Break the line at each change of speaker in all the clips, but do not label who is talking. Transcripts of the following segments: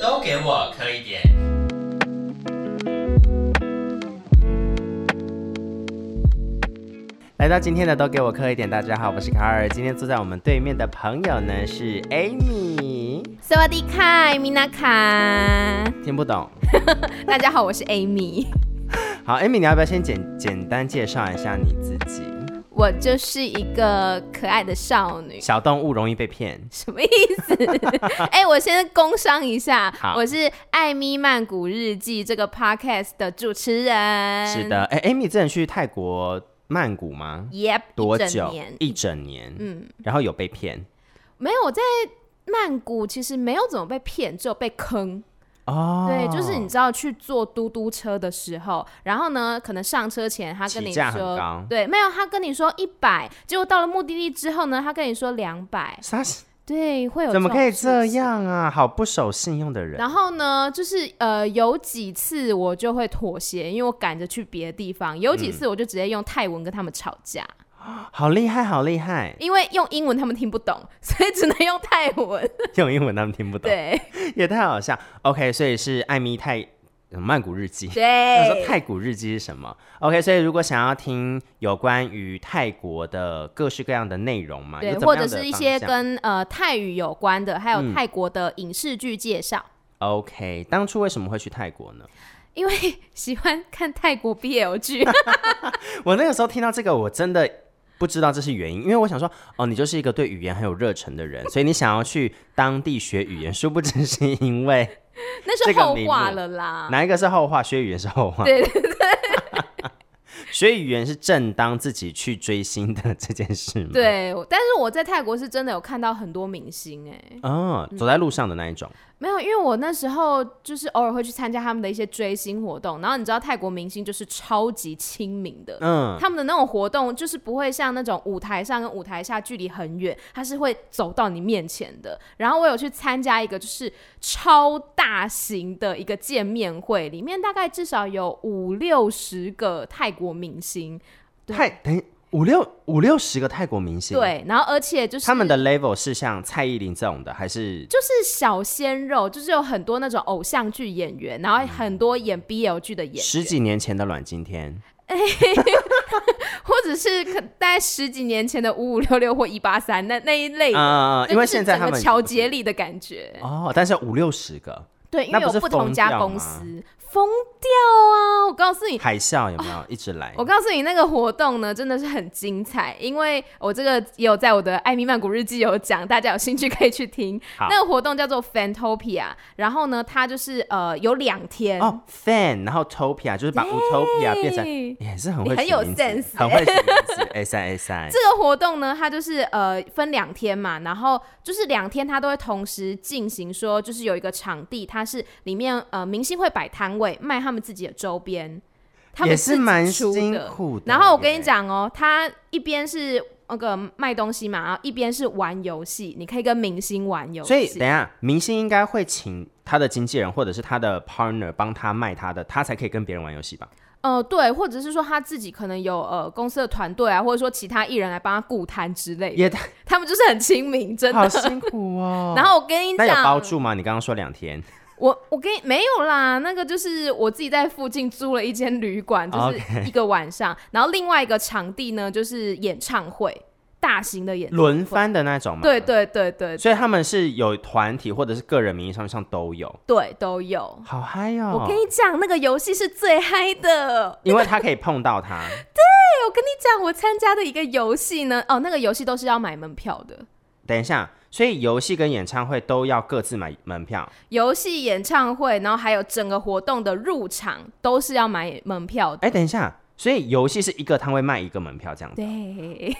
都给我磕一点。
来到今天的都给我磕一点，大家好，我是卡尔。今天坐在我们对面的朋友呢是 Amy，
สวัสดีค่ะมินา卡，
听不懂。
大家好，我是 Amy，
好，Amy，你要不要先简简单介绍一下你自己？
我就是一个可爱的少女，
小动物容易被骗，
什么意 思？哎、我先工商一下
好，
我是《艾咪曼谷日记》这个 podcast 的主持人。
是的。哎、a m y 之前去泰国曼谷吗？
，Yep，
多
一整
久
年？
一整年。
嗯，
然后有被骗
没有我在曼谷，其实没有怎么被骗，只有被坑。
哦。
对，就是你知道去坐嘟嘟车的时候，然后呢，可能上车前他跟
起
你
价很
说，
高，
对，没有他跟你说一百，结果到了目的地之后呢，他跟你说两百，
啥？
对，会有
怎么
这种
可以
事
这
情？
样啊？好不守信用的人。
然后呢，就是呃，有几次我就会妥协，因为我赶着去别的地方。有
嗯
几次我就直接用泰文跟他们吵架，
好厉害，好厉害！
因为用英文他们听不懂， 所以只能用泰文。
用英文他们听不懂，
对
也太好笑。OK，所以是艾米泰呃曼谷日记。他说
对，
泰古日记是什么？OK，所以如果想要听有关于泰国的各式各样的内容嘛，
对
有，怎么
或
样
者
的
是一
方
些
向
跟呃泰语有关的，还
嗯
有泰国的影视剧介绍。
OK，当初为什么会去泰国呢？
因为 喜欢看泰国 BL 剧，
我那个时候听到这个，我真的不知道这是原因，因为我想说，哦，你就是一个对语言很有热忱的人，所以你想要去当地学语言，殊不知是因为
那
这
是
个
后
名
话
目
了啦。
哪一个是后话，学语言是后话。
啊 对
对对。学语言是正当自己去追星的这件事吗？。
对，我但是我在泰国是真的有看到很多明星哎、
哦，走在路上的那一种，
没有，因为我那时候就是偶尔会去参加他们的一些追星活动，然后你知道泰国明星就是超级亲民的，
嗯，
他们的那种活动就是不会像那种舞台上跟舞台下距离很远，他是会走到你面前的。然后我有去参加一个就是超大型的一个见面会，里面大概至少有五六十个泰国明星，对
泰等一五六五六十个泰国明星，，
对，然后而且就是
他们的 level 是像蔡依林这种的，还是
就是小鲜肉，就是有很多那种偶像剧演员，然后很多演 BL 剧的演员，
十几年前的阮经天？
或者是可大概十几年前的五五六六或一八三那那一类的，
啊、
对
因为
就是
现在
整
他
个
们
乔杰力的感觉，
哦，但是五六十个
对，因
那
为
不
有
是
不
疯
同家
掉
公
吗哎
司疯掉啊！我告诉你，
海啸有没有、一直来？
我告诉你，那个活动呢真的是很精彩，因为我这个也有在我的《艾米曼谷日记》有讲，大家有兴趣可以去听。
好
那个活动叫做 Fantopia，然后呢，它就是呃有两天，
哦，fan，然后 topia 就是把 utopia 变成
对
也是很
你
会
很
取
有
名字
sense 欸
很会取名字，s i s i，
这个活动呢，它就是呃分两天嘛，然后就是两天它都会同时进行说，就是有一个场地，它是里面呃明星会摆摊位卖他们自己的周边，他
也
们
是
自己
蛮
出
辛
的。
苦的。
然后我跟你，讲哦，它一边是呃那个卖东西嘛，然后一边是玩游戏，你可以跟明星玩游戏。
所以等一下明星应该会请他的经纪人或者是他的 partner 帮他卖他的，他才可以跟别人玩游戏吧？
呃，对，或者是说他自己可能有呃公司的团队啊，或者说其他艺人来帮他顾摊之类的，
也
他们就是很亲民，真的。
好辛苦 哦。
然后我跟你
那
讲，
有包住吗？你刚刚说两天，
我我给你没有啦，那个就是我自己在附近租了一间旅馆，就是
啊 OK
一个晚上然后另外一个场地呢就是演唱会，大型的演唱
轮番的那种吗？
对。对对对
所以他们是有团体或者是个人名义上上都有，
对都有。
好嗨哦！
我跟你讲，那个游戏是最嗨的。
因为他可以碰到他，
对，我跟你讲，我参加的一个游戏呢，哦，那个游戏都是要买门票的。
等一下，所以游戏跟演唱会都要各自买门票。
游戏、演唱会，然后还有整个活动的入场都是要买门票的。
哎、等一下，所以游戏是一个摊位卖一个门票这样子，
对，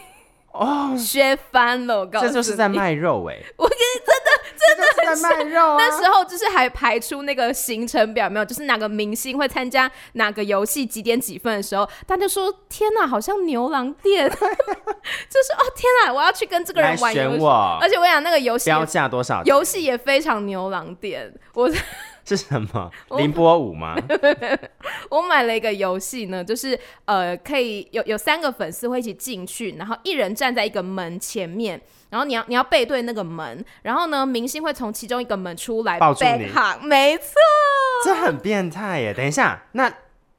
哦， 削翻了，我告诉
这
你，
就是在卖肉哎、
我跟
你真的真的是在卖肉啊！
那时候就是还排出那个行程表，没有，就是哪个明星会参加哪个游戏几点几分的时候，大家说天哪，好像牛郎 店，就是哦天哪，我要去跟这个
来
人玩游
选
戏。
我
而，且我想那个游戏也
标价多少？
游戏也非常牛郎店，我
是什么？
我
凌波舞 吗？
啊我买了一个游戏呢，就是呃，可以有有三个粉丝会一起进去，然后一人站在一个门前面，然后你要你要背对那个门，然后呢，明星会从其中一个门出来
抱住你
back hug，没错，
这很变态耶！等一下，那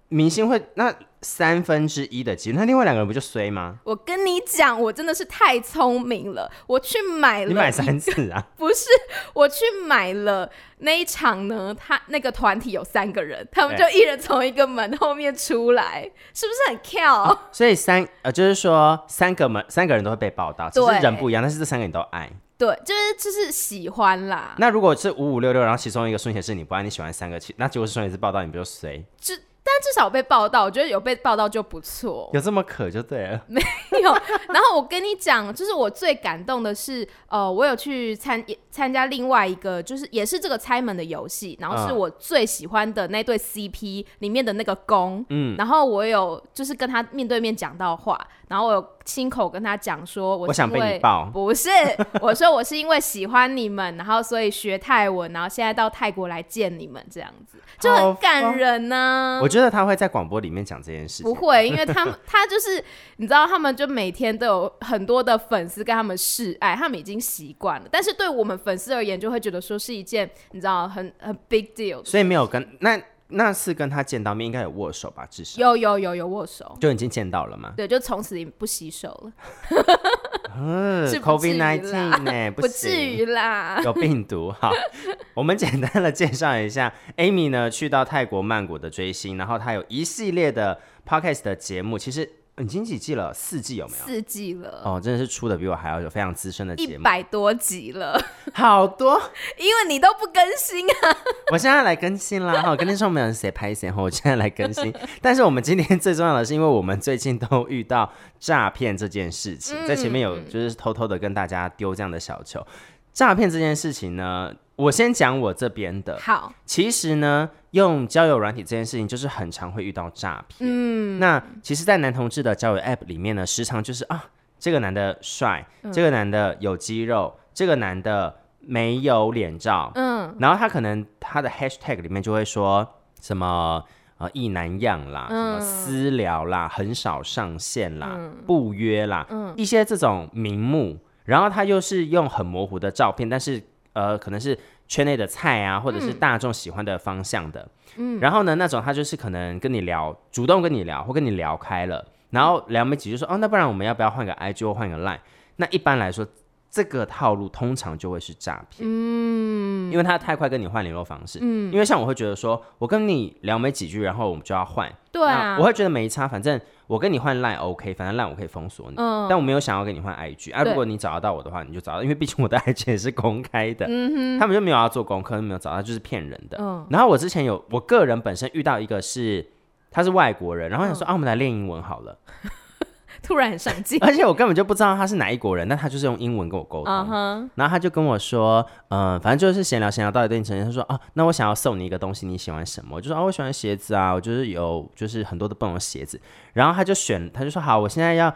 明星会那三分之一的几率，那另外两个人不就衰吗？
我跟你讲，我真的是太聪明了，我去买了，
你买三次啊？
不是， 我去买了那一场呢，他那个团体有三个人，他们就
哎
一人从一个门后面出来，是不是很跳？
所以三呃，就是说三个门三个人都会被报道，只是
对
人不一样，但是这三个你都爱。
对，就是就是喜欢啦，
那如果是五五六六，然后其中一个顺序是你不爱，你喜欢三个，其那结果是双也是报道，你不就衰？
就但至少被报道，我觉得有被报道就不错。
有这么可就对了。
有，然后我跟你讲，就是我最感动的是，呃，我有去参也参加另外一个，就是也是这个猜门的游戏，然后是
嗯
我最喜欢的那对 CP 里面的那个公，
嗯，
然后我有就是跟他面对面讲到话，然后我有亲口跟他讲说，我
我
是
想
因
被你
为
抱。
不是， 我说我是因为喜欢你们，然后所以学泰文，然后现在到泰国来见你们，这样子就
好
很
疯
感人啊呢、
我觉得他会在广播里面讲这件事
不
情。
会，因为他们他就是你知道，他们就每天都有很多的粉丝跟他们示爱，他们已经习惯了。但是对我们粉丝而言，就会觉得说是一件你知道很很 big deal。
所以没有跟那那次跟他见到面，应该有握手吧？至少
有有有有握手，
就已经见到了吗？
对，就从此不洗手了，
嗯
是不至于
，COVID
啦
nineteen 呢？
不
行
至于啦。
有病毒。 好，我们简单的介绍一下，Amy 呢去到泰国曼谷的追星，然后她有一系列的 podcast 的节目，其实已经几季了，四季有没有？
四季了，
哦，真的是出的比我还要有非常资深的
一
节目，
百多集了，
好多。
因为你都不更新啊。
我现在来更新啦，哈，跟那时候没有谁拍谁哈，我现在来更新。但是我们今天最重要的是，因为我们最近都遇到诈骗这件事情，在前面有就是偷偷的跟大家丢这样的小球。诈骗这件事情呢，我先讲我这边的，
好，
其实呢，用交友软体这件事情，就是很常会遇到诈骗。嗯，那其实，在男同志的交友 App 里面呢，时常就是啊，这个男的帅，这个男的有肌肉，这个男的没有脸照，
嗯，
然后他可能他的 Hashtag 里面就会说什么。呃，一男样啦，什么私聊啦，很少上线啦，不约啦，一些这种名目，然后他又是用很模糊的照片，但是呃，可能是圈内的菜啊，或者是大众喜欢的方向的。嗯，然后呢，那种他就是可能跟你聊，主动跟你聊，或跟你聊开了，然后聊没几句就说，哦，那不然我们要不要换个 IG 或换个 Line？那一般来说，这个套路通常就会是诈骗。嗯，因为他太快跟你换联络方式。嗯，因为像我会觉得说，我跟你聊没几句，然后我们就要换。
对啊
那我，会觉得没差，反正我跟你换 Line OK，反正 Line 我可以封锁你，但我没有想要跟你换 IG 啊。
嗯对
如果你找得到我的话，你就找到，因为 毕竟我的 IG 也是公开的，他们就没有要做功课，没有找到，就是骗人的。
嗯
然后我之前有，我个人本身遇到一个是他是外国人，然后
嗯
想说、啊，我们来练英文好了，。
突然很上进
而且我根本就不知道他是哪一国人，但他就是用英文 跟我沟通。
嗯哼，
然后他就跟我说，嗯、反正就是闲聊闲聊到一定程度，他说啊，那我想要送你一个东西，你喜欢什么？我就说啊，我喜欢鞋子啊，我就是有就是很多的不同的鞋子。然后他就选，他就说好，我现在要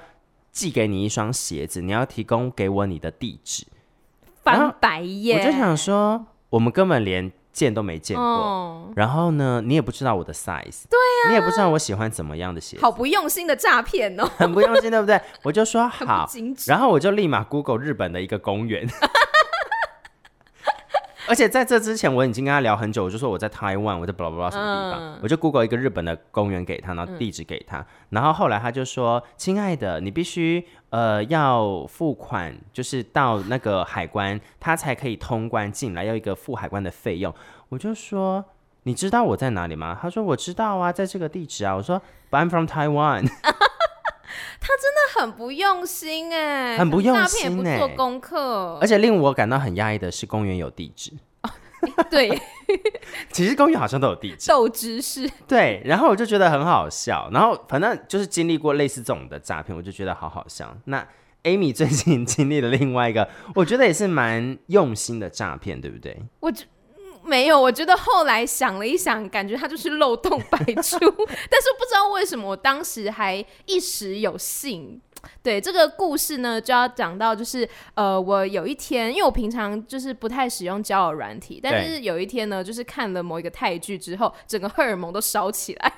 寄给你一双鞋子，你要提供给我你的地址。然后
翻白眼。
啊我就想说，我们根本连见都没见过。
哦，啊
然后呢，你也不知道我的 size，对呀、你也不知道我喜欢怎么样的鞋子，
好不用心的诈骗哦，
很不用心，对不对？我就说
很
好
不，精致。
然后我就立马 Google 日本的一个公园。 而且在这之前，我已经跟他聊很久，我就说我在台湾，我在 blah blah blah 什么地方，我就 Google 一个日本的公园给他，然后地址给他，然后后来他就说：“亲爱的，你必须呃要付款，就是到那个海关，他才可以通关进来，要一个付海关的费用。”我就说：“你知道我在哪里吗？”他说：“我知道啊，在这个地址啊。”我说：“But I'm from Taiwan。”
很不用心哎、
很不用
诈骗也不
心欸
做功课
而，且令我感到很压抑的是，公园有地址。
对，
其实公园好像都有地址，
斗知识，
对。然后我就觉得很好笑，然后反正就是经历过类似这种的诈骗，我就觉得好好笑。那 Amy 最近经历了另外一个，我觉得也是蛮用心的诈骗，对不对？
我觉没有，我觉得后来想了一想，感觉它就是 漏洞百出，但是不知道为什么我当时还一时有幸，对这个故事呢，就要讲到就是呃，我有一天，因为我平常就是不太使用交友软体，但是有一天呢，就是看了某一个泰剧之后，整个荷尔蒙都烧起来，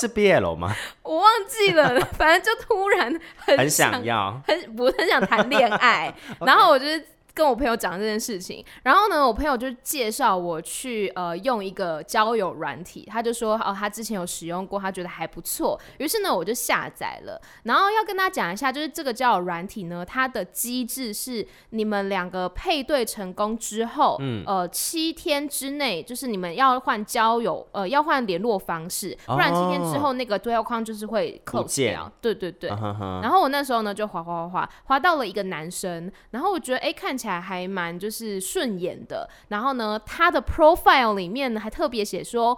是 BL 吗？
我忘记 了，反正就突然很
很想要，
很 我很想谈恋爱，然后我就是跟我朋友讲这件事情，然后呢，我朋友就介绍我去呃用一个交友软体，他就说哦，他之前有使用过，他觉得还不错，于是呢我就下载了，然后要跟他讲一下，就是这个交友软体呢，它的机制是你们两个配对成功之后，呃七天之内就是你们要换交友呃要换联络方式，不然七天之后那个对话框就是会
不
close
见
掉，对对对，
嗯哼哼
然后我那时候呢就滑滑滑滑滑到了一个男生，然后我觉得哎看起来还蛮就是顺眼的，然后呢他的 profile 里面呢还特别写说。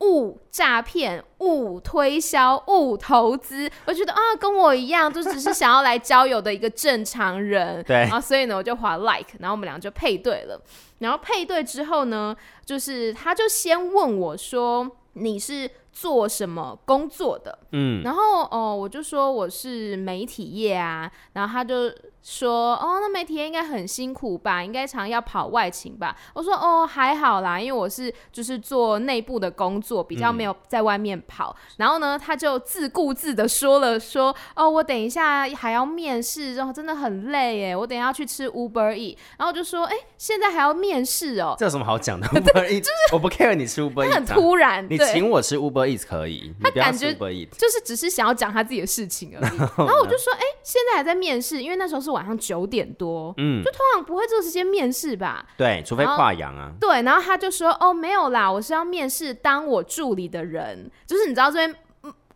勿诈骗、勿推销、勿投资，我觉得啊，跟我一样，就只是想要来交友的一个正常人。
对
然后所以呢，我就划 like，然后我们俩就配对了。然后配对之后呢，就是他就先问我说：“你是做什么工作的？”
嗯，
然后哦，我就说我是媒体业啊，然后他就说哦，那媒体业应该很辛苦吧，应该常要跑外勤吧。我说哦，还好啦，因为我是就是做内部的工作，比
嗯
较没有在外面跑。然后呢，他就自顾自的说了说哦，我等一下还要面试，然后真的很累耶，我等一下要去吃 Uber E。然后我就说哎，现在还要面试哦，
这有什么好讲的？Uber Eats，我不 care 你吃 Uber
他很
Eats，啊
突然，
你
对
请我吃 Uber Eats 可以，你不要
感
吃
觉
Uber Eats。
就是只是想要讲他自己的事情 而已。然后我就说，哎、现在还在面试，因为那时候是晚上九点多，
嗯
就，通常不会这个时间面试吧？
对，除非
然后
跨洋啊，
对，然后他就说，哦，没有啦，我是要面试当我助理的人，就是你知道这边。嗯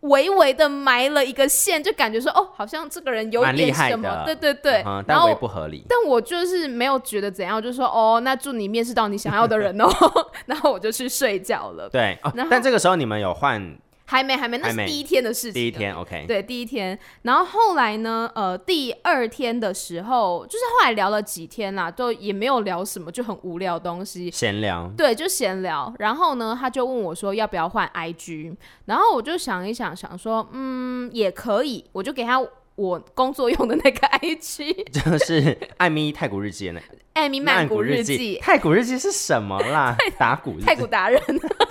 微微的埋了一个线，就感觉说哦，好像这个人有
蛮厉
点
害
什么
的，
对对对。
嗯哼
然
但
后
我也不合理。
但我就是没有觉得怎样，我就说哦，那祝你面试到你想要的人哦。 然后我就去睡觉了，
对，哦
然后
但这个时候你们有换
还没还没，那
还
是
没
第一天的事情。
第一天，OK？
对，第一天，然后后来呢，呃，第二天的时候，就是后来聊了几天啦，都也没有聊什么，就很无聊的东西。
闲聊，
对，就闲聊。然后呢，他就问我说要不要换 IG，然后我就想一想，想说，嗯，也可以，我就给他我工作用的那个 IG，
就是艾米泰古日记的
艾米
那
曼
曼
谷
谷
日
记。
记。
泰古日记是什么啦？打鼓日
太古
记，
达人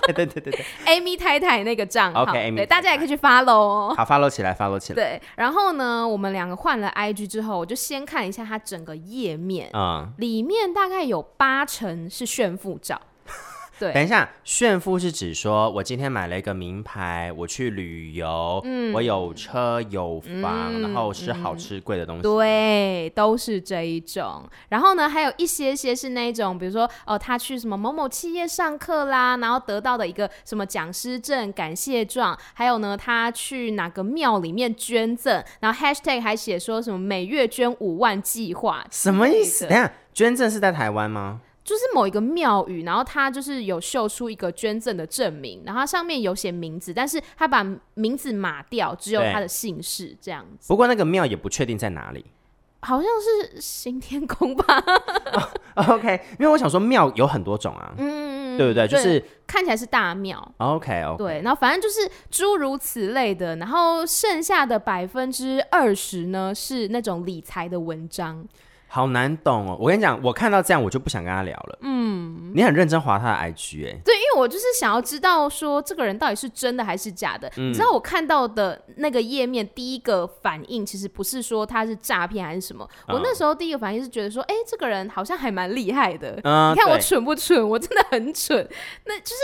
对对对对对。
Amy 太太那个账号
OK，Amy
对，大家也可以去 follow 哦。
好，follow 起来，follow 起来。
对，然后呢，我们两个换了 IG 之后，我就先看一下它整个页面，
嗯，
里面大概有八成是炫富照，对
等一下，炫富是指说我今天买了一个名牌，我去旅游，
嗯
我有车有房，然后吃好吃贵的东西。
对，都是这一种。然后呢，还有一些些是那一种，比如说哦、呃他去什么某某企业上课啦，然后得到的一个什么讲师证、感谢状，还有呢，他去哪个庙里面捐赠，然后 hashtag 还写说什么每月捐五万计划，
什么意思？
对
等一下，捐赠是在台湾吗？
就是某一个庙宇，然后他就是有秀出一个捐赠的证明，然后它上面有写名字，但是他把名字码掉，只有
对
他的姓氏这样子，
不过那个庙也不确定在哪里。
好像是行天宫吧？
OK，因为我想说庙有很多种啊，
嗯，
对不对？就是
看起来是大庙。
OK OK，
对，然后反正就是诸如此类的，然后剩下的百分之二十呢是那种理财的文章，
好难懂哦。我跟你讲，我看到这样我就不想跟他聊了。嗯，你很认真划他的 IG 哎、
对，因为我就是想要知道说这个人到底是真的还是假的。
嗯
你知道我看到的那个页面第一个反应其实不是说他是诈骗还是什么，
啊
我那时候第一个反应是觉得说，哎、这个人好像还蛮厉害的，
嗯，
你看我
对
蠢不蠢？我真的很蠢。那就是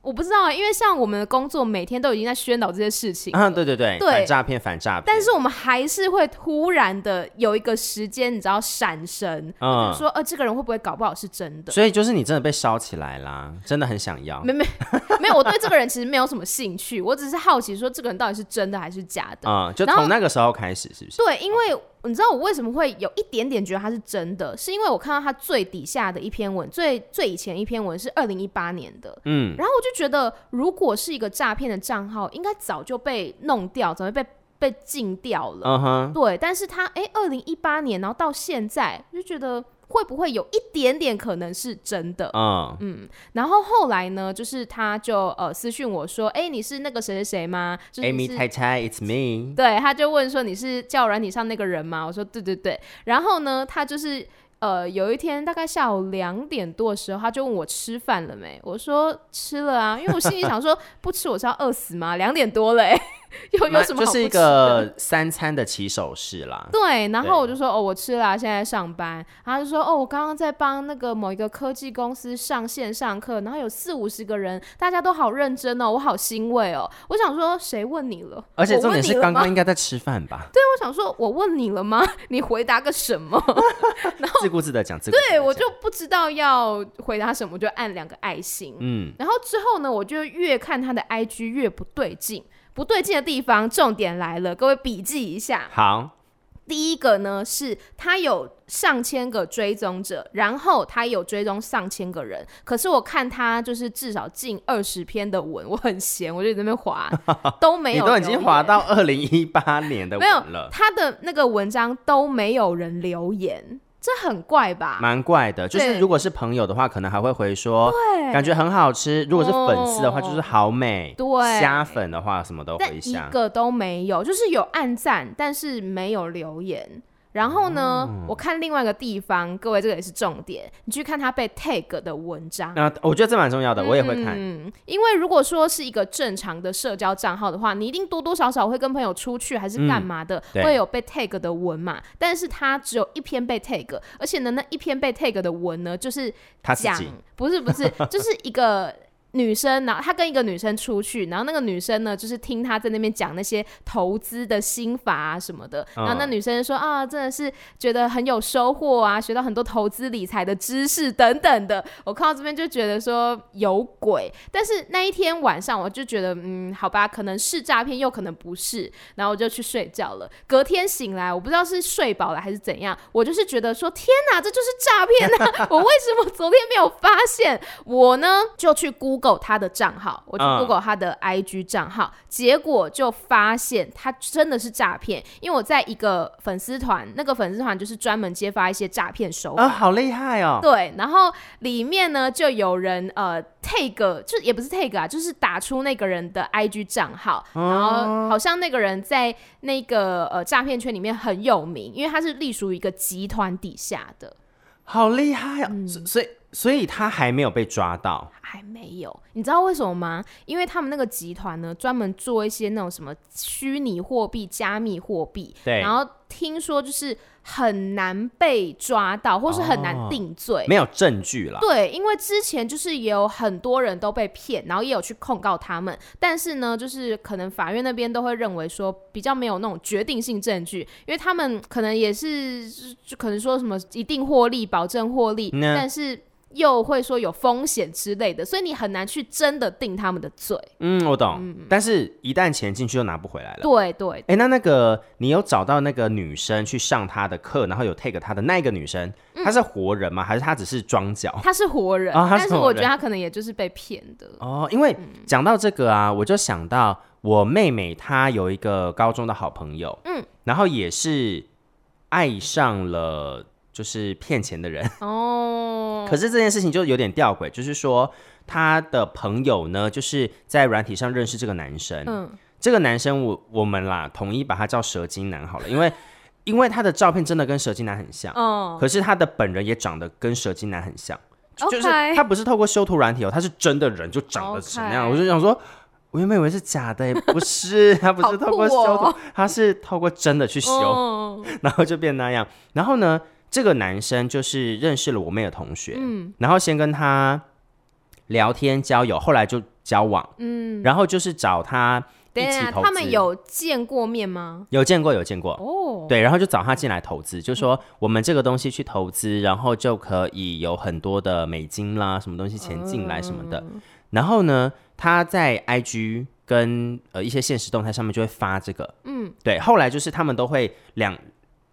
我不知道啊，因为像我们的工作每天都已经在宣导这些事情，
啊，对对对，
对
反诈骗，反诈骗。
但是我们还是会突然的有一个时间，你知道闪神，
嗯
就是说呃，这个人会不会搞不好是真的？
所以就是你真的被烧起来啦，真的很想要。
没没 没有，我对这个人其实没有什么兴趣，我只是好奇说这个人到底是真的还是假的。
嗯，就
然后
从那个时候开始，是不是？
对，因为你知道我为什么会有一点点觉得他是真的，是因为我看到他最底下的一篇文，最最以前一篇文是二零一八年的，
嗯，
然后我就觉得，如果是一个诈骗的账号，应该早就被弄掉，早就被被禁掉了。
嗯哼，
对，但是他哎，二零一八年，然后到现在，就觉得会不会有一点点可能是真的？
嗯嗯，
然后后来呢，就是他就呃私讯我说，哎、你是那个谁谁谁吗？就是你
Amy
是
太太，It's me。
对，他就问说你是叫软体上那个人吗？我说对对对。然后呢，他就是呃有一天大概下午两点多的时候，他就问我吃饭了没？我说吃了啊，因为我心里想说不吃我是要饿死吗？两点多了、欸， 有有
那
什么好
就
不
是一
吃的
个三餐的起手式啦。
对，然
对
后我就说哦，我吃了、啊，现在上班。然后他就说哦，我刚刚在帮那个某一个科技公司上线上课，然后有四五十个人，大家都好认真哦，我好欣慰哦。我想说，谁问你了？
而且
我
重
问
点
你
是
了
刚
吗
刚应该在吃饭吧？
我想说，我问你了吗？ 你回答个什么？
自顾自的讲，自顾自
对
地
我
讲
就不知道要回答什么，我就按两个爱心。
嗯，
然后之后呢，我就越看他的 IG 越不对劲。不对劲的地方，重点来了，各位笔记一下。
好，
第一个呢是他有上千个追踪者，然后他有追踪上千个人，可是我看他就是至少近二十篇的文，我很闲，我就在那边 滑，都没
你
有，
都已经滑。到二零一八年的
没有
文了，
他的那个文章都没有人留言，这很怪吧？
蛮怪的。就是
对
如果是朋友的话，可能还会回说，感觉很好吃；如果是粉丝的话，就是
哎哦
好美。
对
虾粉的话什么都
但
回
一
虾。
个都没有，就是有暗赞，但是没有留言。然后呢，
哦
我看另外一个地方，各位这个也是重点，你去看他被 tag 的文章。
那我觉得这蛮重要的，我也会看。
嗯，因为如果说是一个正常的社交账号的话，你一定多多少少会跟朋友出去还是干嘛的，
嗯对
会有被 tag 的文嘛。但是他只有一篇被 tag，而且呢，那一篇被 tag 的文呢，就是
他自
讲
己，
不是不是，就是一个女生，然后她跟一个女生出去，然后那个女生呢，就是听她在那边讲那些投资的心法啊什么的，然后那
嗯
女生就说啊，真的是觉得很有收获啊，学到很多投资理财的知识等等的。我看到这边就觉得说有鬼，但是那一天晚上我就觉得，嗯，好吧，可能是诈骗，又可能不是，然后我就去睡觉了。隔天醒来，我不知道是睡饱了还是怎样，我就是觉得说，天哪，这就是诈骗啊！ 我为什么昨天没有发现？我呢就去 Google 他的账号，我去
嗯
Google 他的 IG 账号，结果就发现他真的是诈骗，因为我在一个粉丝团，那个粉丝团就是专门揭发一些诈骗手法。
啊，好厉害哦！
对，然后里面呢就有人呃 tag，就也不是 tag 啊，就是打出那个人的 IG 账号，然后好像那个人在那个呃诈骗圈里面很有名，因为他是隶属于一个集团底下的，
好厉害哦！
嗯
所所以所以他还没有被抓到，
还没有，你知道为什么吗？因为他们那个集团呢专门做一些那种什么虚拟货币、加密货币，
对
然后听说就是很难被抓到，或是很难
哦
定罪。
没有证据啦。
对，因为之前就是也有很多人都被骗，然后也有去控告他们，但是呢，就是可能法院那边都会认为说比较没有那种决定性证据，因为他们可能也是就可能说什么一定获利、保证获利，
那
但是。又会说有风险之类的，所以你很难去真的定他们的罪。
嗯，我懂。但是，一旦钱进去又拿不回来了。
对对，
哎，那那个你有找到那个女生去上她的课，然后有 take 她的那一个女生，
嗯
她是活人吗？还是她只是装脚？
他是活人，
啊他
但
是
是
活
我觉得
人
哦他可能也就是被骗的。
哦，因
嗯
为讲到这个啊，我就想到我妹妹她有一个高中的好朋友，嗯，然后也是爱上了就是骗钱的人，
哦，
可是这件事情就有点吊诡，就是说她的朋友呢，就是在软体上认识这个男生，
嗯，
这个男生我我们啦统一把他叫蛇精男好了，因为因为他的照片真的跟蛇精男很像，
哦
可是他的本人也长得跟蛇精男很像。就就是
OK
他不是透过修图软体哦，他是真的人就长得成那样。
OK
我就想说，我原本以为是假的耶，不 是，他不
好
是
酷
透过修图，
哦
他是透过真的去修，
哦
然后就变那样。然后呢，这个男生就是认识了我妹的同学，
嗯
然后先跟他聊天交友，后来就交往，嗯，然后就是找他一
等一
起
下，
投资，
他们有见过面吗？
有见过有见过，
哦，嗯
对，然后就找他进来投资，就说我们这个东西去投资，然后就可以有很多的美金啦，什么东西钱进来什么的。
嗯
然后呢，他在 IG 跟呃一些现实动态上面就会发这个，嗯，对。后来就是他们都会两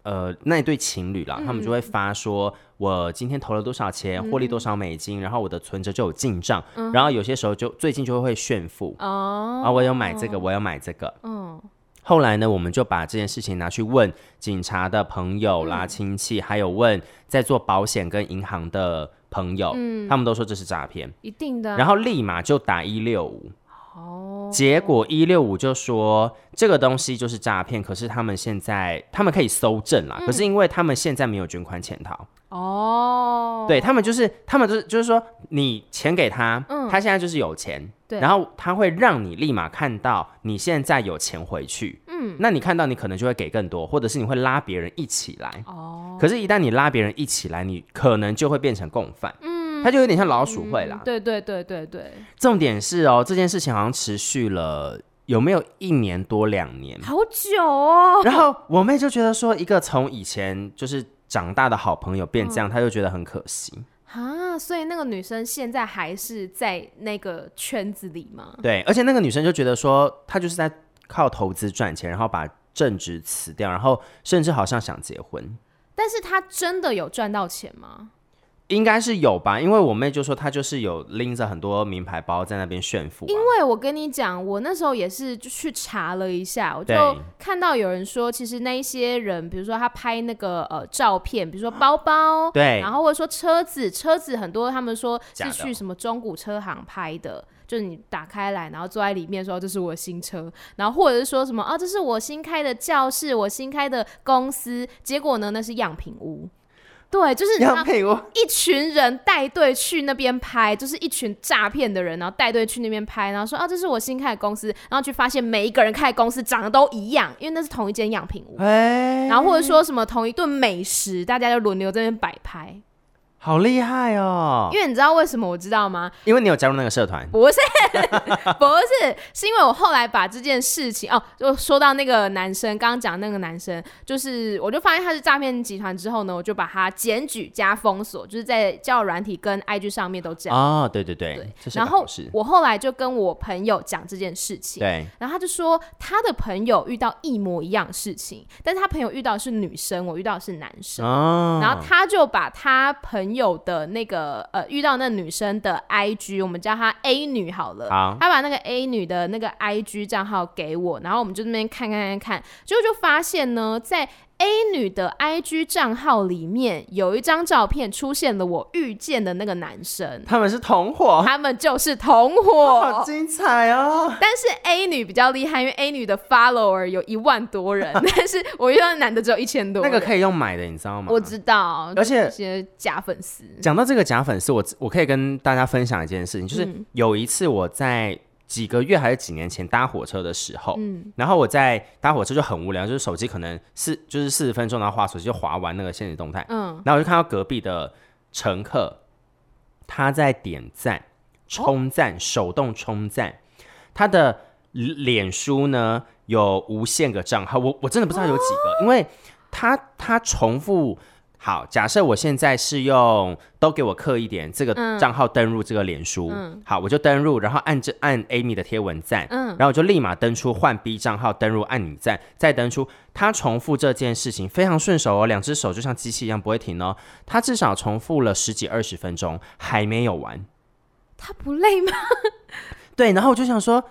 呃那一对情侣啦，
嗯
他们就会发说。我今天投了多少钱，获利多少美金，然后我的存折就有进账，然后有些时候就最近就会炫富
嗯哦，
啊，我有买这个，我有买这个，
嗯，
后来呢，我们就把这件事情拿去问警察的朋友啦、亲戚，还有问在做保险跟银行的朋友，他们都说这是诈骗，
一定的啊。
然后立马就打一六五。
哦，
结果一六五就说这个东西就是诈骗，可是他们现在他们可以搜证啦，可是因为他们现在没有卷款潜逃，
哦，
对他们就是他们就是就是说你钱给他，他现在就是有钱，
嗯对
然后他会让你立马看到你现在有钱回去，嗯，那你看到你可能就会给更多，或者是你会拉别人一起来，哦，可是，一旦你拉别人一起来，你可能就会变成共犯，嗯，他就有点像老鼠会啦，
嗯对对对对对，
重点是哦，这件事情好像持续了有没有一年多两年？
好久哦，
然后我妹就觉得说，一个从以前就是长大的好朋友变这
嗯
样，她就觉得很可惜。
啊，所以那个女生现在还是在那个圈子里吗？
对，而且那个女生就觉得说，她就是在靠投资赚钱，然后把正职辞掉，然后甚至好像想结婚，
但是她真的有赚到钱吗？
应该是有吧？因为我妹就说她就是有拎着很多名牌包在那边炫富、啊，
因为我跟你讲，我那时候也是就去查了一下，我就
对
看到有人说，其实那一些人，比如说他拍那个呃照片，比如说包包，
对
然后或者说车子，车子很多他们说
哎假
是
的哦
去什么中古车行拍的。就是你打开来，然后坐在里面说这是我新车，然后或者是说什么啊，这是我新开的教室，我新开的公司，结果呢那是样品屋，对，就是你知道
杨佩 我
一群人带队去那边拍，就是一群诈骗的人，然后带队去那边拍，然后说啊，这是我新开的公司，然后去发现每一个人开的公司长得都一样，因为那是同一间样品屋，
哎、
然后或者说什么同一顿美食，大家就轮流在那边摆拍。
好厉害哦！
因为你知道为什么我知 道吗？
因为你有加入那个社团，
不是，不是，是因为我后来把这件事情哦，就说到那个男生，刚刚讲那个男生，就是我就发现他是诈骗集团之后呢，我就把他检举加封锁，就是在交友软体跟 IG 上面都这样。
哦，对对对，
对
这是
然
个
后
好事。
我后来就跟我朋友讲这件事情，
对，
然后他就说他的朋友遇到一模一样的事情，但是他朋友遇到的是女生，我遇到的是男生。
哦，
然后他就把他朋友的那个呃遇到那女生的 IG，我们叫她 A 女好了，
好
他把那个 A 女的那个 IG 账号给我，然后我们就那边看看看看，结果就发现呢，在 A 女的 IG 账号里面有一张照片出现了我遇见的那个男生，
他们是同 伙，
他们就是同
好
伙。
精彩哦！
但是 A 女比较厉害，因为 A 女的 follower 有一万 多人，但是我遇到的男的只有一千多
那
人。
个可以用买的，你知道吗？
我知道，
而且
就是一些假粉丝，
讲到这个假粉丝，我我可以跟大家分享一件事情，就是有一次我在几个月还是几年前搭火车的时候，然后我在搭火车就很无聊，就是手机可能四就是四十分钟，然后划手机就划完那个现实动态，
嗯，
然后我就看到隔壁的乘客他在点赞、冲赞、手动冲赞，他的脸书呢有无限个账号，我我真的不知道有几个，因为他他重复。好，假设我现在是用都给我刻一点这个账号登入这个脸书，好，我就登入，然后按这按 Amy 的贴文赞，然后我就立马登出换 B 账号登入按你赞，再登出，他重复这件事情非常顺手哦，两只手就像机器一样不会停哦，他至少重复了十几二十分钟还没有完，
他不累吗？
对，然后我就想说，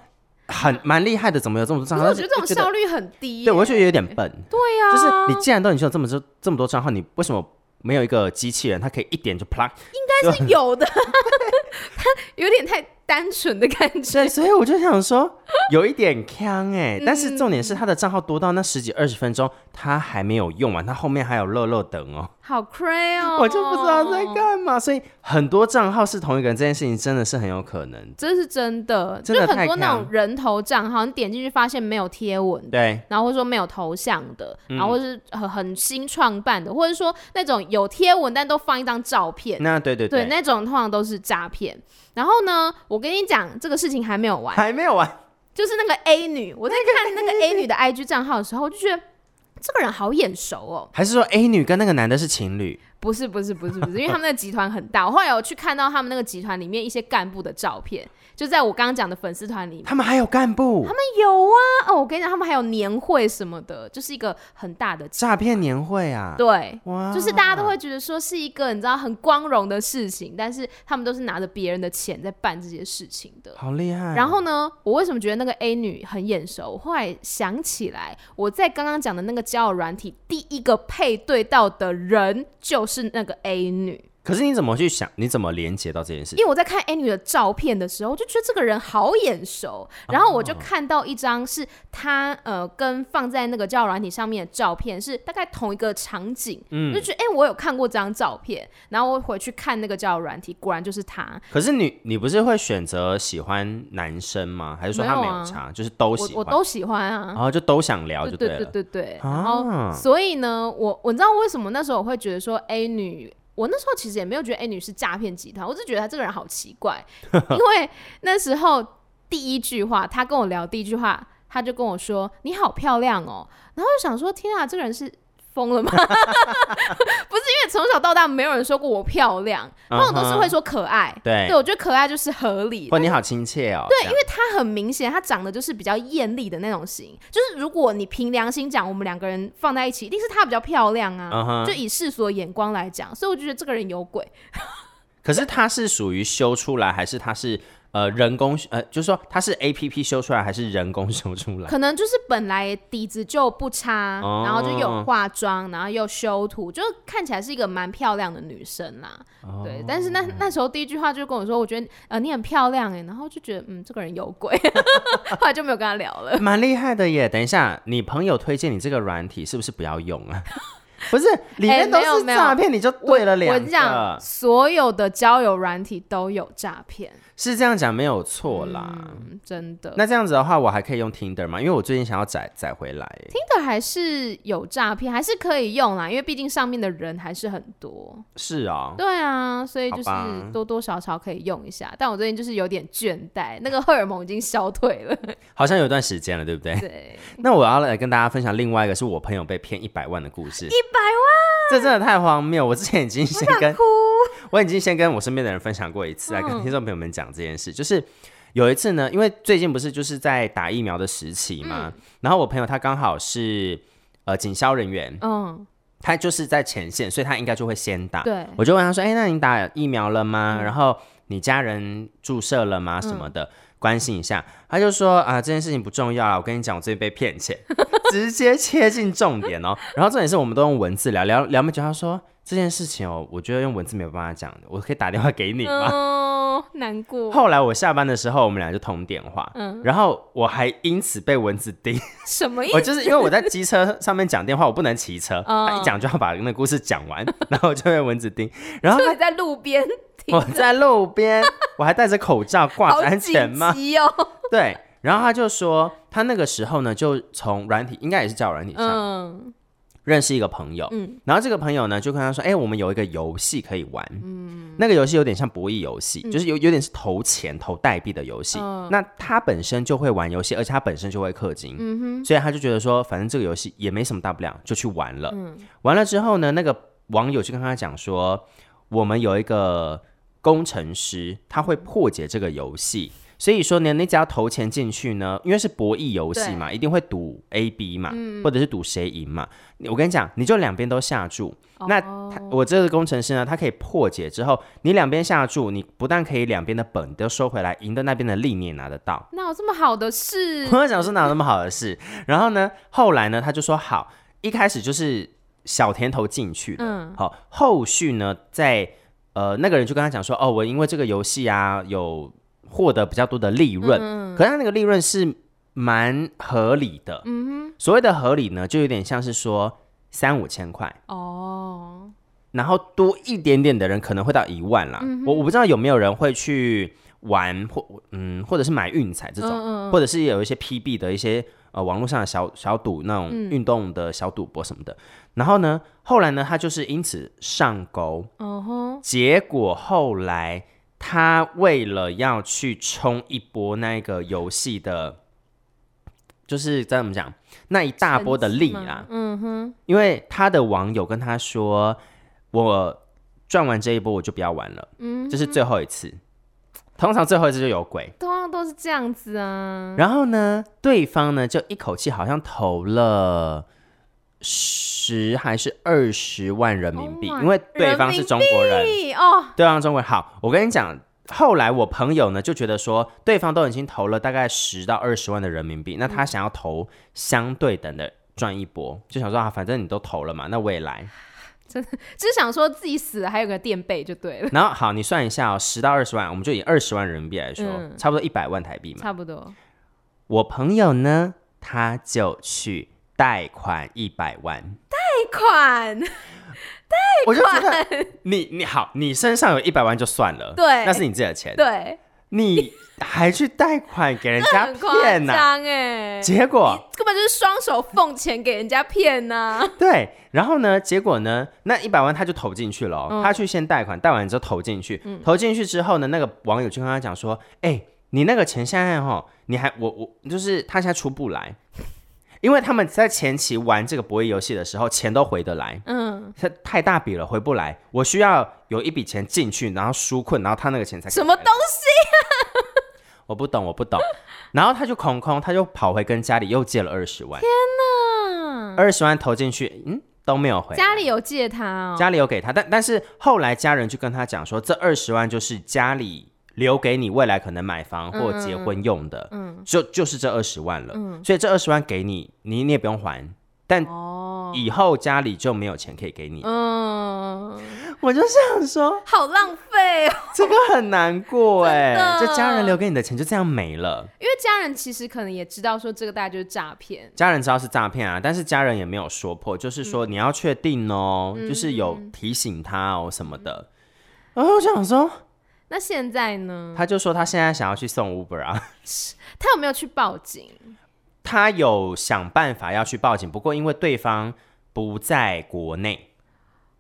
很蛮厉害的，怎么有这么多账
可
号？
是我觉得这种
就觉
效率很低耶、
对我就觉得有点笨。
对啊呀、
就是你既然都已经有这么多这么多账号，你为什么没有一个机器人，它可以一点就 plug？
但是有的，他有点太单纯的感觉
对，。所以我就想说，有一点坑哎、
嗯
但是重点是他的账号多到那十几二十分钟，他还没有用完，他后面还有乐乐等哦，
好 cray 哦，
我就不知道在，干嘛。所以很多账号是同一个人，这件事情真的是很有可能。
这是真的，
真的
就很
太
多那
强
种人头账号，你点进去发现没有贴文的。
对，
然后或者说没有头像的，
嗯
然后或是很很新创办的，或者说那种有贴文但都放一张照片，
那嗯对对
嗯
对，
对那种通常都是诈骗。然后呢，我跟你讲，这个事情还没有完，
还没有完，
就是那个 A 女，我在 看那个 A 女的 IG 账号的时候，我就觉得这个人好眼熟哦。
还是说 A 女跟那个男的是情侣？
不是不是不是不是，因为他们那个集团很大。我后来有去看到他们那个集团里面一些干部的照片，就在我刚刚讲的粉丝团里面。
他们还有干部，
他们有啊，哦，我跟你讲，他们还有年会什么的，就是一个很大的集，
诈骗年会啊，
对，
哇，
就是大家都会觉得说是一个你知道很光荣的事情，但是他们都是拿着别人的钱在办这些事情的。
好厉害。
然后呢，我为什么觉得那个 A 女很眼熟？我后来想起来，我在刚刚讲的那个交友软体，第一个配对到的人就是那个 A 女。
可是你怎么去想？你怎么连接到这件事
因？为我在看 A 女的照片的时候，我就觉得这个人好眼熟，然后我就看到一张是她呃跟放在那个交友软体上面的照片是大概同一个场景，嗯，就觉得哎、诶我有看过这张照片，然后我回去看那个交友软体，果然就是她。
可是你你不是会选择喜欢男生吗？还是说他
没
没
有啊
有差，就是都
我
喜
我
欢，
都喜欢啊
然，后就都想聊就
对
了。
对对对，然后
啊，
所以呢，我我知道为什么那时候我会觉得说 A 女，我那时候其实也没有觉得 A 女是诈骗集团，我只觉得她这个人好奇怪，因为那时候第一句话，她跟我聊第一句话，她就跟我说你好漂亮哦，然后我就想说天啊，这个人是。疯了吗？不 是，因为从小到大没有人说过我漂亮，通常都是会说可爱。
对
对，我觉得可爱就是合理。
或你好亲切哦。对，因为
他很明显，他长得就是比较艳丽的那种型。就是如果你凭良心讲，我们两个人放在一起，一定是她比较漂亮啊。
嗯哼
就以世俗的眼光来讲，所以我就觉得这个人有鬼。
可是它是属于修出来，还是它是呃人工呃，就是说它是 A P P 修出来，还是人工修出 来？
可能就是本来底子就不差，
哦
然后就有化妆，然后又修图，就看起来是一个蛮漂亮的女生啦。
哦
对，但是那那时候第一句话就跟我说，我觉得呃你很漂亮哎、然后就觉得嗯这个人有鬼， 后来就没有跟他聊了。
蛮厉害的耶！等一下，你朋友推荐你这个软体，是不是不要用啊？ 不是，里面都
哎没有
是
没有
诈骗，你就对了
我
两
跟你讲，
个，
所有的交友软体都有诈骗。
是这样讲没有错啦。
嗯，真的。
那这样子的话，我还可以用 Tinder 吗？因为我最近想要载载回来耶，
Tinder 还是有诈骗，还是可以用啦，因为毕竟上面的人还是很多。
是啊、
对啊，所以就
好吧
是多多少少可以用一下。但我最近就是有点倦怠，那个荷尔蒙已经消退 了。
好像有一段时间了，对不对？
对，
那我要来跟大家分享另外一个是我朋友被骗一百万的故事。一百万，这真的太荒谬！我之前已经先跟
哭
我已经先跟我身边的人分享过一次，来跟听众朋友们讲这件事，就是。有一次呢，因为最近不是就是在打疫苗的时期嘛，然后我朋友他刚好是呃警消人员，
嗯，
他就是在前线，所以他应该就会先打。
对，嗯
我就问他说：“哎、那你打疫苗了吗？然后你家人注射了吗？什么的，关心一下。”他就说：“啊、这件事情不重要啊，我跟你讲，我最近被骗钱， 直接切进重点哦。” 然后重点是我们都用文字聊聊聊没久，他说这件事情哦，我觉得用文字没有办法讲，我可以打电话给你吗？
嗯，嗯难过，
后来我下班的时候，我们俩就通电话，然后我还因此被蚊子叮，
什么意
我
思？
就是因为我在机车上面讲电话，我不能骑车，
哦
他一讲就要把那个故事讲完， 然后我就被蚊子叮，然后
就你在路 边停
我，在路边， 我还戴着口罩，挂
好
着安全
紧
帽，
急哦。
对。然后他就说，他那个时候呢，就从软体，应该也是叫软体上、
嗯，
认识一个朋友，
嗯
然后这个朋友呢就跟他说，哎、我们有一个游戏可以玩，那个游戏有点像博弈游戏，就是有有点是投钱投代币的游戏。那他本身就会玩游戏，而且他本身就会氪金，所以他就觉得说，反正这个游戏也没什么大不了，就去玩了。玩了之后呢，那个网友就跟他讲说，我们有一个工程师，他会破解这个游戏。所以说呢，你只要投钱进去呢，因为是博弈游戏嘛，一定会赌 A、B 嘛，或者是赌谁赢嘛。你我跟你讲，你就两边都下注。 那
哦
他我这个工程师呢，他可以破解之后，你两边下注，你不但可以两边的本都收回来，赢的那边的利你也拿得到。
哪有这么好 的事？
我想说哪有那么好的事？然后呢，后来呢，他就说好，一开始就是小甜头进去了，
嗯
好，后续呢，在呃那个人就跟他讲说，哦，我因为这个游戏啊，有获得比较多的利润，
嗯
可是他那个利润是蛮合理的，嗯哼，所谓的合理呢，就有点像是说三五千块，
哦，
然后多一点点的人可能会到一万啦。我我不知道有没有人会去玩或嗯，或者是买运彩这种，或者是有一些 PB 的一些呃网络上的小小赌那种运动的小赌博什么的。然后呢，后来呢，他就是因此上钩，
哦吼，
结果后来他为了要去冲一波那个游戏的，就是怎么讲那一大波的
成
力啊
绩嘛
啦，
嗯哼，
因为他的网友跟他说，我赚完这一波我就不要玩了，嗯，这是最后一次。通常最后一次就有鬼，
通常都是这样子啊。
然后呢，对方呢就一口气好像投了十还是二十万人民币
Oh my-
因为对方是中国人，
咦哦，
对方中国人。好，我跟你讲，后来我朋友呢就觉得说，对方都已经投了大概十到二十万的人民
嗯
币，那他想要投相对等的赚一波，就想说啊，反正你都投了嘛，那我也 来。
只想说自己死了还有个垫背就对了，
然后好，你算一下哦，十到二十万，我们就以二十万人民币来说，
嗯
差不多一百万台币嘛。
差不 多。
我朋友呢，他就去贷款一百万，
贷款，
我就觉得你你好，你身上有一百万就算了，
对
那是你自己的钱，
对，
你还去贷款给 人家
很夸
骗呐、
张哎，
结果
根本就是双手奉钱给人家骗呐、
对，然后呢？结果呢？那一百万他就投进去了哦、
嗯
他去先贷款，贷完之后投进去，投进去之后呢，那个网友就跟他讲说：“哎、你那个钱现在哈，你还我我就是他现在出不来， 因为他们在前期玩这个博弈游戏的时候，钱都回得来，
嗯，
他太大笔了回不来，我需要有一笔钱进去，然后纾困，然后他那个钱才
什么
回来
东西？
我不懂，我不懂。 然后他就空空，他就跑回跟家里又借了二十
啊
万，
嗯，
二十万投进去，嗯，都没有回来。
家里有借他哦，
家里有给他，但但是后来家人就跟他讲说，这二十万就是家里留给你未来可能买房或结婚用的，
嗯
就就是这二十万了，所以这二十万给你，你你也不用还，但
哦，
以后家里就没有钱可以给你。
嗯，
我就想说，
好浪费哦，
这个很难过哎、
真的
这家人留给你的钱就这样没了。
因为家人其实可能也知道说这个大概就是诈骗，
家人知道是诈骗啊，但是家人也没有说破，就是说你要确定哦，
嗯
就是有提醒他哦什么的。然后我想说，
那现在呢？
他就说他现在想要去送 Uber 啊。
他有没有去报警？
他有想办法要去报警，不过因为对方不在国内，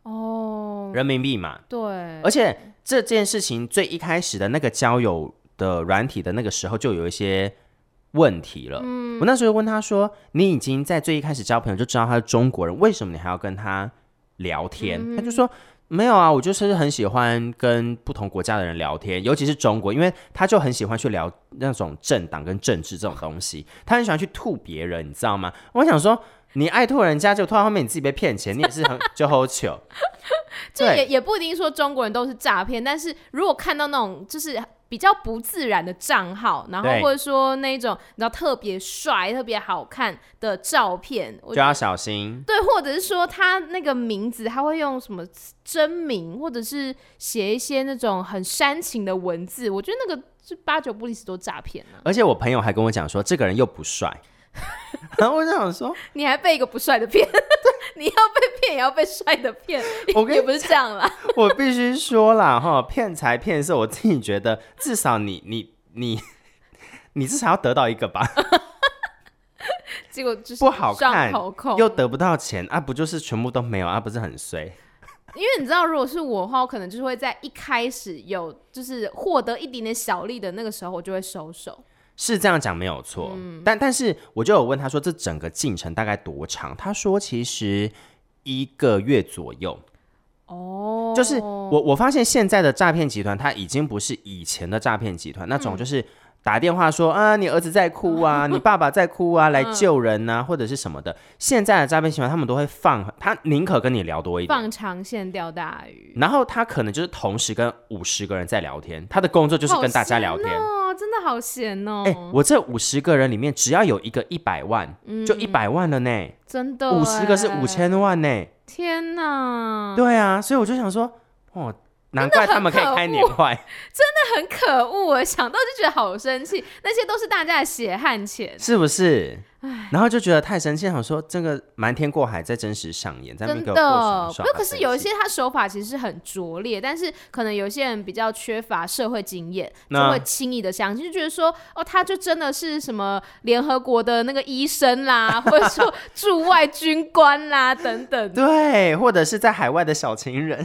哦，
人民币嘛，
对，
而且这件事情最一开始的那个交友的软体的那个时候就有一些问题了。
嗯
我那时候问他说：“你已经在最一开始交朋友就知道他是中国人，为什么你还要跟他聊天？”
嗯
他就说。没有啊，我就是很喜欢跟不同国家的人聊天，尤其是中国，因为他就很喜欢去聊那种政党跟政治这种东西，他很喜欢去吐别人，你知道吗？我想说，你爱吐人家，就吐到后面你自己被骗钱，你也是很就好糗。
这
对
也也不一定说中国人都是诈骗，但是如果看到那种就是比较不自然的账号，然后
对
或者说那种你知道特别帅、特别好看的照片， 我
就要小心。
对，或者是说他那个名字，他会用什么真名，或者是写一些那种很煽情的文字，我觉得那个是八九不离十都诈骗啊呢。
而且我朋友还跟我讲说，这个人又不帅， 然后我就想说，
你还被一个不帅的骗， 你要被骗也要被帅的骗，
我跟你
也不是这样啦。
我必须说啦，哈，骗财骗色，我自己觉得至少你你你 你至少要得到一个吧，
结果就是
不好
上
看
头控，
又得不到钱啊，不就是全部都没有啊，不是很衰？
因为你知道，如果是我的话，我可能就是会在一开始有就是获得一点点小利的那个时候，我就会收手。
是这样讲没有错，但但是我就有问他说，这整个进程大概多长？他说其实一个月左右。
哦，
就是我我发现现在的诈骗集团，它已经不是以前的诈骗集团那种，
嗯
就是打电话说、啊，你儿子在哭啊，你爸爸在哭啊，
嗯
来救人呐、或者是什么的。现在的诈骗集团，他们都会放，他宁可跟你聊多一点。
放长线钓大鱼，
然后他可能就是同时跟五十个人在聊天，他的工作就是跟大家聊天。
哦，真的好闲哦，
哎、我这五十个人里面，只要有一个一百万，
嗯
就一百万了呢。
真的
五十个是
哎
五，千万呢。
天哪，
对啊，所以我就想说，哦，难怪他们可以
可
开
恶
年会。
很可恶，我想到就觉得好生气，那些都是大家的血汗钱，
是不是？然后就觉得太生气，想说这个瞒天过海在真实上演，在那
真
个
的，
过啊爽
不
爽
过
的
可是
生
有一
气
些他手法其实是很拙劣，但是可能有些人比较缺乏社会经验，就
那
会轻易的相信，就觉得说哦，他就真的是什么联合国的那个医生啦， 或者说驻外军官啦等等的，
对，或者是在海外的小情 人，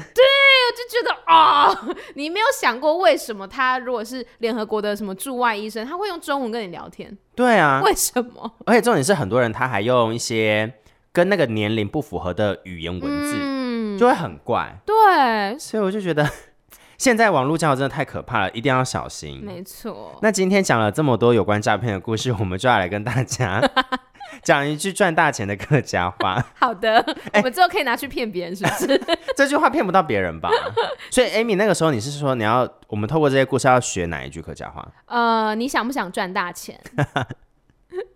就觉得啊、哦， 你没有想过为什么他如果是联合国的什么驻外医生，他会用中文跟你聊天，
对啊，
为什么？
而且重点是很多人他还用一些跟那个年龄不符合的语言文字，
嗯。
就会很怪。
对，
所以我就觉得 现在网络交友真的太可怕了，一定要小心。
没错。
那今天讲了这么多有关诈骗的故事，我们就要来跟大家 讲一句赚大钱的客家话。
好的，
哎
我们之后可以拿去骗别人，是不是？
这句话骗不到别人吧？ 所以 Amy 那个时候你是说你要我们透过这些故事要学哪一句客家话？
呃，你想不想赚大钱？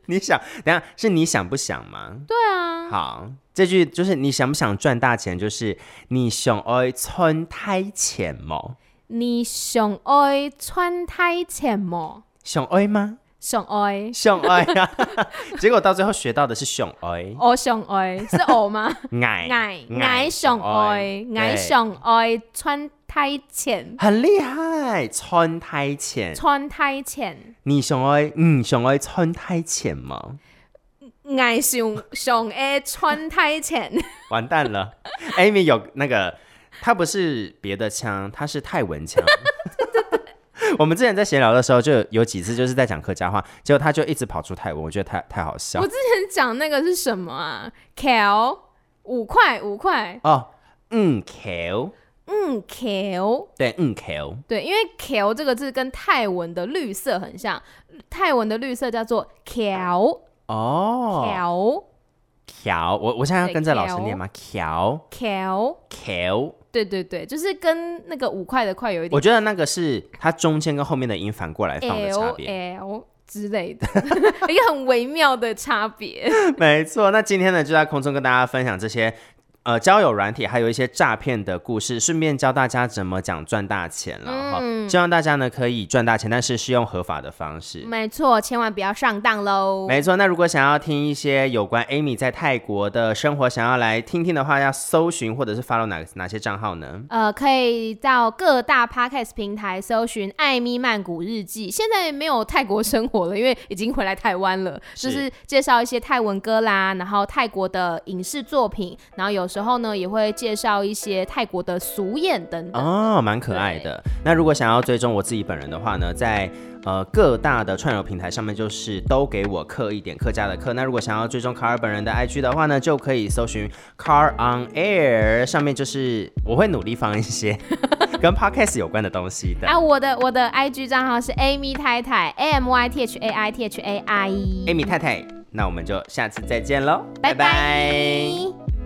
你想，等一下是你想不想吗？
对啊，
好，这句就是你想不想赚大钱？就是你想爱存太钱吗？
你想爱穿太钱吗？
想爱吗？
想爱，
想爱啊！ 结果到最后学到的是想爱，
我想爱是我 吗？
爱
哎爱爱上爱，爱，上爱穿太钱
对，很厉害，存太钱。
穿太钱，
你想爱，嗯，想爱存太钱吗？
爱上上爱穿太 钱，
完蛋了 ，Amy 有那个，她不是别的腔，她是泰文腔。 我们之前在闲聊的时候，就有有几次就是在讲客家话，结果她就一直跑出泰文，我觉得太太好笑
我之前讲那个是什么啊？Kel 五块五块，
哦。嗯，Q，
嗯 Kel。
对，嗯 Q，
对，因为 “kale” 这个字跟泰文的绿色很像，泰文的绿色叫做 “kale”。
哦，
kale
乔，我我现在要
对
跟着老师念吗？乔
kale，
，Q，
对对对，就是跟那个五块的块有一
我
点
觉得那个是它中间跟后面的音反过来放的
l
差别。
l 之类的， 一个很微妙的差别。
没错，那今天呢就在空中跟大家分享这些。呃，交友软体还有一些诈骗的故事，顺便教大家怎么讲赚大钱了
嗯
哈、希望大家呢可以赚大钱，但是是用合法的方式。
没错，千万不要上当喽。
没错，那如果想要听一些有关 Amy 在泰国的生活，想要来听听的话，要搜寻或者是 follow 哪哪些账号呢？
呃，可以到各大 podcast 平台搜寻《艾咪曼谷日记》。现在没有泰国生活了，因为已经回来台 湾了。就是是介绍一些泰文歌啦，然后泰国的影视作品，然后有时候呢也会介绍一些泰国的俗谚等等。
哦，蛮可爱的。那如果想要追踪我自己本人的话呢，在呃各大的串流平台上面就是都给我刻一点客家的课。那如果想要追踪卡尔本人的 IG 的话呢，就可以搜寻 Car on Air，上面就是我会努力放一 些跟 Podcast 有关的东西的。
啊，我的我的 IG 账号是 Amy 太太 A M Y T H A I T H A I，E
Amy 太太，那我们就下次再见喽，拜
拜
拜
拜